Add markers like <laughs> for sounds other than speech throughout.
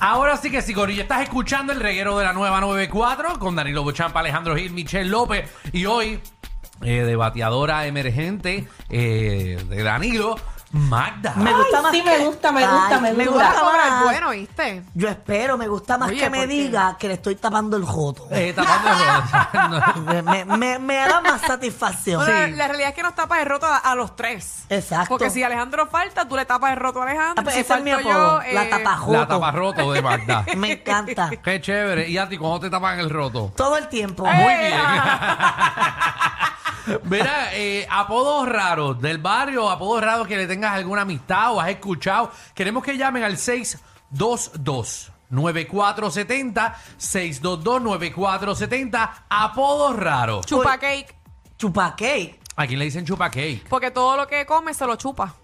Ahora sí que sí, Corillo, estás escuchando el reguero de la nueva 94 con Danilo Bochampa, Alejandro Gil, Michelle López y hoy, eh, de bateadora emergente eh, de Danilo, Magda. Me gusta más sí, que- me gusta, me gusta, me me gusta. gusta Ahora más. es bueno, ¿viste? Yo espero, me gusta más Oye, que me ¿por qué? diga que le estoy tapando el joto. Eh, tapando el <laughs> rostro. No. me, me- me da más satisfacción. Bueno, La realidad es que nos tapas el roto a, a los tres. Exacto. Porque si Alejandro falta, tú le tapas el roto a Alejandro. Ah, pues si ese es mi falto apodo, yo, la eh, tapajoto. La taparroto de Magda. Me encanta. Qué chévere. ¿Y a ti cómo te tapan el roto? Todo el tiempo. Muy Eh. bien. <laughs> Mira, eh, apodos raros del barrio, apodos raros que le tengas alguna amistad o has escuchado. Queremos que llamen al 622. 9470 622 9470 apodos raros. Chupa cake. Chupa cake. ¿A quién le dicen chupa cake? Porque todo lo que come se lo chupa.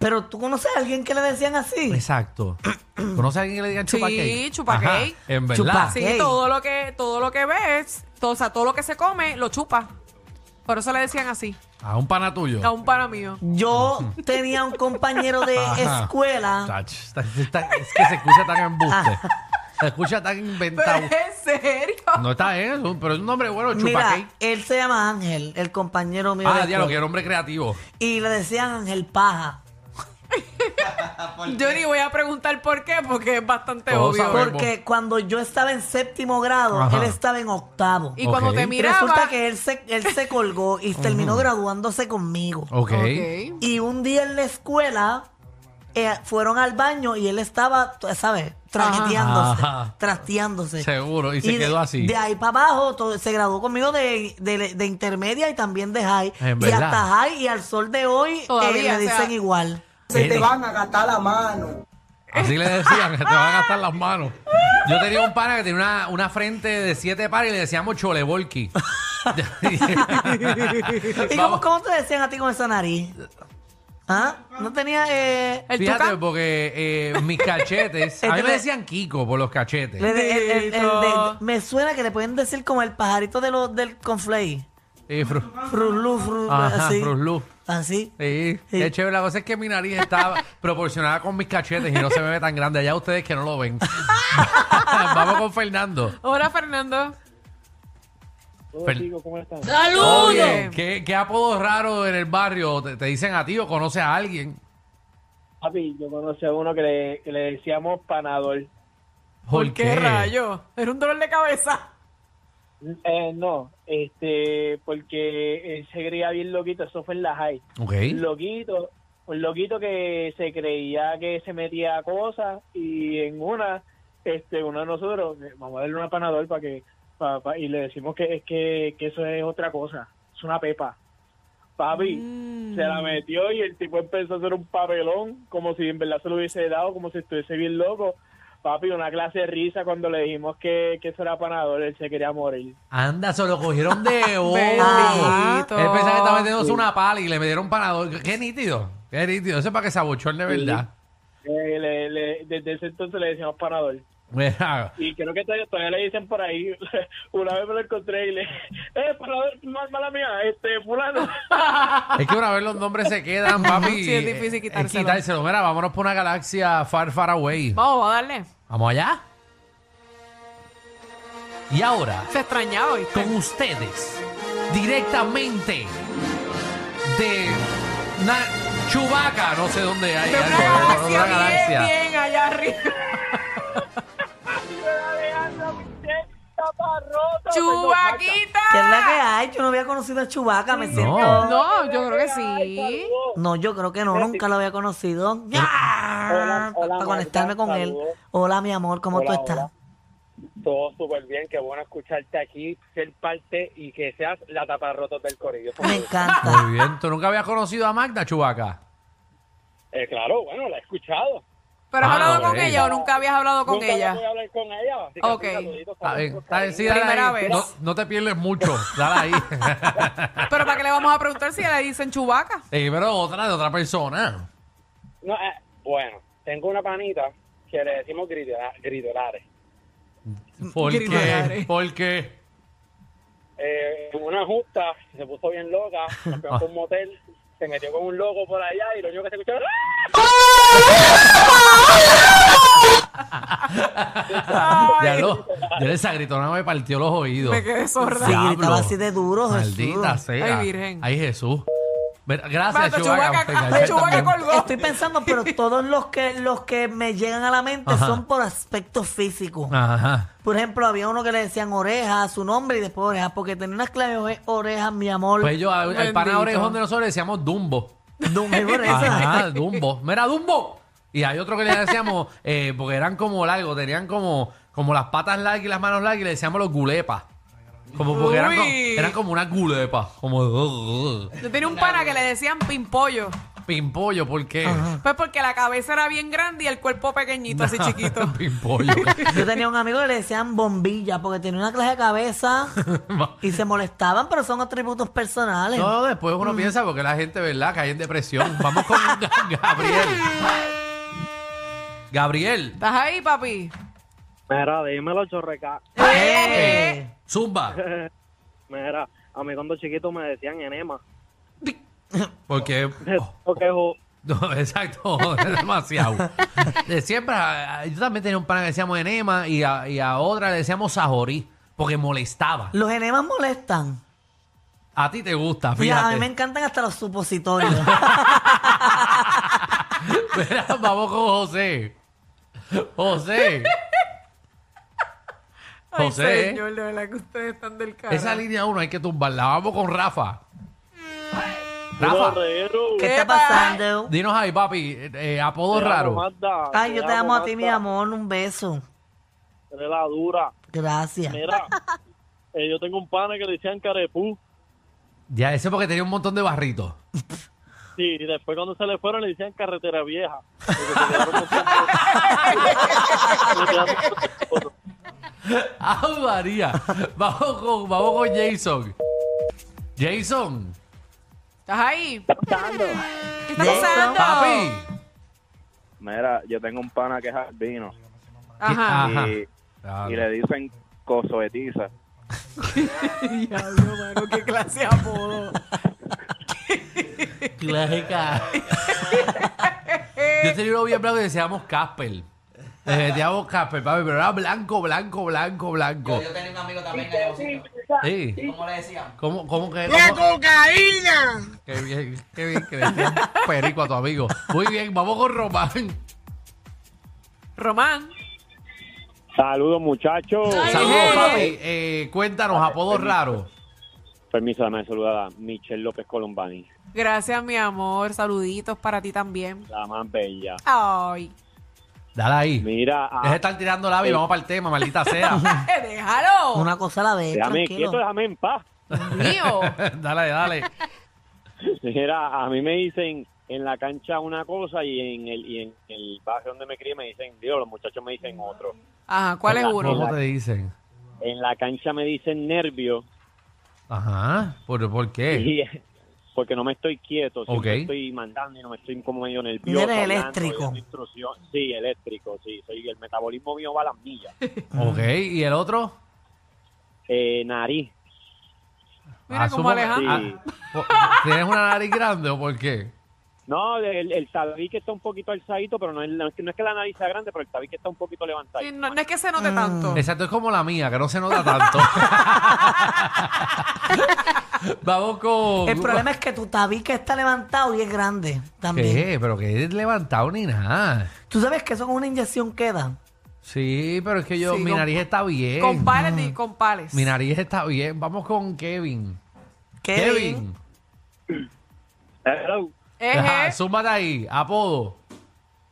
Pero tú conoces a alguien que le decían así. Pues, Exacto. ¿Conoce a alguien que le digan Sí, chupa cake? chupa Ajá, cake. En verdad. Chupa Sí, Cake. todo lo que todo lo que ves, todo, o sea, todo lo que se come lo chupa. Por eso le decían así A un pana tuyo. a un pana <laughs> mío. Yo tenía un compañero de Ajá. escuela. Chach, está- está- es que se escucha tan embuste. Se escucha tan Ah. Pero inventado. es en serio. No está eso, pero es un nombre bueno, chupa cake. Mira, él se llama Ángel, el compañero mío. Ah, de diablo, que escuela. nombre creativo. Y le decían Ángel Paja. Yo ni voy a preguntar por qué, porque es bastante Todos obvio. sabemos. Porque cuando yo estaba en séptimo grado, Ajá. él estaba en octavo. Y cuando Ok. te Y miraba, resulta que él se, él se colgó y terminó graduándose conmigo. Ok. Ok. Y un día en la escuela eh, fueron al baño y él estaba, tú ¿sabes? Traqueteándose, Ajá. trasteándose. Seguro, y se de- quedó así. De ahí para abajo, todo- se graduó conmigo de, de- de intermedia y también de high. En y verdad. hasta high y al sol de hoy eh, Todavía, le o sea- <laughs> dicen igual. Se te van a gastar la mano. Así le decían, que te van a gastar las manos. Yo tenía un pana que tenía una, una frente de siete pares y le decíamos cholebolki. ¿Y cómo, cómo te decían a ti con esa nariz? ¿Ah? No tenía... eh, el Fíjate, tucán. porque eh, mis cachetes, a mí me decían Kiko por los cachetes. le de- el- el- el de- Bendito. me suena que le pueden decir como el pajarito de los del conflay. Eh, fru- Frulú, frulú, Ajá, así. fruslú. Así. Sí, Sí. es chévere. La cosa es que mi nariz está proporcionada con mis cachetes y no se me ve tan grande. Allá ustedes que no lo ven. <laughs> Vamos con Fernando. Hola, Fernando. Fer- ¡Saludos! Oye, ¿qué, qué apodo raro en el barrio te, te dicen a ti o conoces a alguien? Papi, yo conocí a uno que le, que le decíamos panador. ¿Por qué rayo? Era un dolor de cabeza. Eh, no, este, porque él se creía bien loquito, eso fue en la high. Ok. Un loquito, un loquito que se creía que se metía a cosas y en una, este, uno de nosotros, eh, vamos a darle una panador para que, pa- pa- y le decimos que es que, que eso es otra cosa, es una pepa. Papi, se la metió y el tipo empezó a hacer un papelón, como si en verdad se lo hubiese dado, como si estuviese bien loco. Papi, una clase de risa cuando le dijimos que, que eso era panador, él se quería morir. Anda, se lo cogieron <laughs> de bobo. Oh, Él Bendito. pensaba que estaba metiéndose una pala y le metieron panador. Qué nítido. Qué nítido. Eso es para que se abochorne, ¿verdad? Eh, le- le- desde ese entonces le decíamos panador. Mira, Y creo que todavía, todavía le dicen por ahí. <laughs> Una vez me lo encontré y le. ¡Eh, panador! mal- mala mía! Este, <laughs> fulano. es que una vez los nombres se <laughs> quedan, papi. Sí, es difícil eh, quitárselo. quitárselo. Mira, vámonos por una galaxia far, far away. Vamos, vamos a darle. Vamos allá. Y ahora, Se extrañaba, ¿viste? con ustedes directamente de na- Chubaca, no sé dónde hay De una algo, otra galaxia, bien, galaxia. bien allá arriba. pues, ¡Chubaquita! ¿Qué es la que hay? Yo no había conocido a Chubaca, me siento. No. No, yo creo que sí. yo creo que no, nunca lo había conocido. Hola, hola, para conectarme Magda, con él. saludos. Hola, mi amor, ¿cómo Hola, tú estás? hola. Todo súper bien, qué bueno escucharte aquí, ser parte y que seas la taparroto del corillo. Me encanta. Muy bien, tú nunca habías conocido a Magda Chubaca. Eh, claro, bueno, la he escuchado. ¿Pero has Ah, hablado con ok. ella o nunca habías hablado con Nunca ella? voy a hablar con ella. así que Ok. sí, saluditos, Está bien, saludos, está bien, sí, dale cariño. Oh, Primera ahí. vez. No, no te pierdes mucho, dale ahí. <laughs> ¿Pero para qué le vamos a preguntar si le dicen chubaca? Eh, pero otra de otra persona. No, eh, bueno, tengo una panita que le decimos gritola- gritolares. ¿Por qué? Gritolares. ¿Por qué? Eh, en una justa, se puso bien loca, nos Ah. pegó con un motel, se metió con un loco por allá y lo único que se escuchó era, ¡Ah! Ya lo, yo esa gritona me partió los oídos. Me quedé sorda. Sí, Diablo. gritaba así de duro, Jesús. Maldita sea. Ay, virgen. Ay, Jesús. Ver- Gracias, Espérate, Chubaca. Chubaca, ah, <laughs> Chubaca colgó. Estoy pensando, pero todos los que los que me llegan a la mente Ajá. Ah, son por aspectos físicos. Ajá. Por ejemplo, había uno que le decían orejas, su nombre y después orejas, porque tenía unas claves oje- orejas, mi amor. Pues yo, al al pana Bendito. orejón de nosotros le decíamos Dumbo. Dumbo, por eso. Ajá, <laughs> Dumbo. Mira, Dumbo. Y hay otro que le decíamos, eh, porque eran como largos, tenían como, como las patas largas y las manos largas, y le decíamos los gulepas. Como porque eran, Uy. como- eran como una gulepa. Como Yo tenía un pana que le decían pimpollo. pimpollo, ¿por qué? <laughs> Pues porque la cabeza era bien grande y el cuerpo pequeñito, así chiquito. <laughs> pimpollo. Yo tenía un amigo que le decían bombilla, porque tenía una clase de cabeza y se molestaban, pero son atributos personales. No, después uno piensa porque la gente, ¿verdad? Cae en depresión. Vamos con <laughs> Gabriel. Gabriel. ¿Estás ahí, papi? Mira, dímelo, chorreca. Eh, Zumba. Mira, a mí cuando chiquito me decían enema. Porque... <laughs> oh, Porque jo- No, exacto, <laughs> es demasiado. De siempre, a- a- yo también tenía un pana que decíamos enema y a, y a otra le decíamos sajorí, porque molestaba. Los enemas molestan. A ti te gusta, Y a mí me fíjate. encantan hasta los <laughs> supositorios. <laughs> Mira, vamos con José. José, Ay, José. señor, de verdad que ustedes están del cara. esa línea uno hay que tumbarla. Vamos con Rafa. Rafa, Correro. ¿Qué está Epa. pasando? dinos ahí, papi, eh, eh, apodo Te amo, raro. Magda, Ay, yo te amo a ti, Magda. mi amor. Un beso. Eres la dura. Gracias. <laughs> Mira, eh, yo tengo un pana que le decían carepú. Ya, ese porque tenía un montón de barritos. Sí, y después cuando se le fueron le decían carretera <laughs> vieja. porque se quedaron con tanto- ¡Ah, María! Vamos con, vamos con Jason. Jason, ¿Estás ahí? ¿Qué está Jason. pasando? papi. Mira, yo tengo un pana que es albino Ajá. Ajá. y, Claro. y le dicen cosoetiza. Diablo, mano, qué clase de apodo. Yo tenía uno bien blanco y decíamos Casper. Le metíamos Casper, papi, pero era blanco, blanco, blanco, blanco. Yo tenía un amigo también que le decía, Sí. ¿Cómo le decían? ¿Cómo, cómo que? ¡La cocaína! Qué bien, qué bien que le dio un perico a tu amigo. Muy bien, vamos con Román. Román. Saludos, muchachos. Ay, Saludos, eh. papi. Eh, cuéntanos, apodos raros. Permiso, dame saludada. Michelle López Colombani, Gracias, mi amor. Saluditos para ti también. la más bella. <laughs> Ay. Dale ahí. Mira, Es a, estar tirando labio y vamos para el tema, maldita sea. <laughs> eh, Déjalo. Una cosa a la vez, déjame tranquilo. quieto, déjame en paz. <laughs> Mío. dale, dale. Mira, a mí me dicen en la cancha una cosa y en el, y en el barrio donde me crié me dicen, digo, los muchachos me dicen otro. Ajá, ¿cuál es ¿Cómo uno? te dicen? En la cancha me dicen nervio Ajá. ¿Por, por qué? <laughs> y- porque no me estoy quieto, siempre Ok. estoy mandando y no me estoy como medio nervioso. Eres hablando, eléctrico. dando instrucciones. Sí, eléctrico, sí. Soy, el metabolismo mío va a las millas. <laughs> Ok, ¿y el otro? Eh, nariz. Mira Asumo como que- Alejandro. Sí. Ah, ¿Tienes una nariz grande o por qué? No, el, el tabique está un poquito alzadito, pero no es, no es que- no es que la nariz sea grande, pero el tabique está un poquito Sí, levantadito. No, no es que se note tanto. Exacto, Mm. es como la mía, que no se nota tanto. Vamos con. El problema es que tu tabique está levantado y es grande también. ¿Qué? Pero que es levantado ni nada. Tú sabes que eso con una inyección queda. Sí, pero es que yo. Sí, mi con- nariz está bien. Con pales y con pales. Mi nariz está bien. Vamos con Kevin. Hello. Eje. Ajá, súmate ahí. Apodo.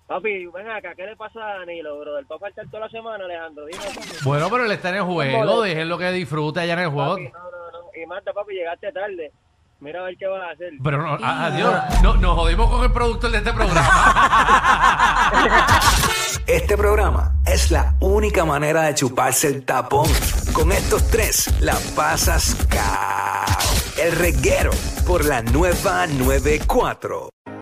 Papi, ven acá, ¿qué le pasa a Danilo, bro? El papá faltar toda la semana, Alejandro. Dime, papi. Bueno, pero él está en el juego. Déjenlo que disfrute allá en el juego. Papi, no, no, no. Y Marta, papi, llegaste tarde. Mira a ver qué vas a hacer. Pero no, a- adiós. No, nos jodimos con el productor de este programa. Este programa es la única manera de chuparse el tapón. Con estos tres la pasas cao. El reguero por la nueva 94.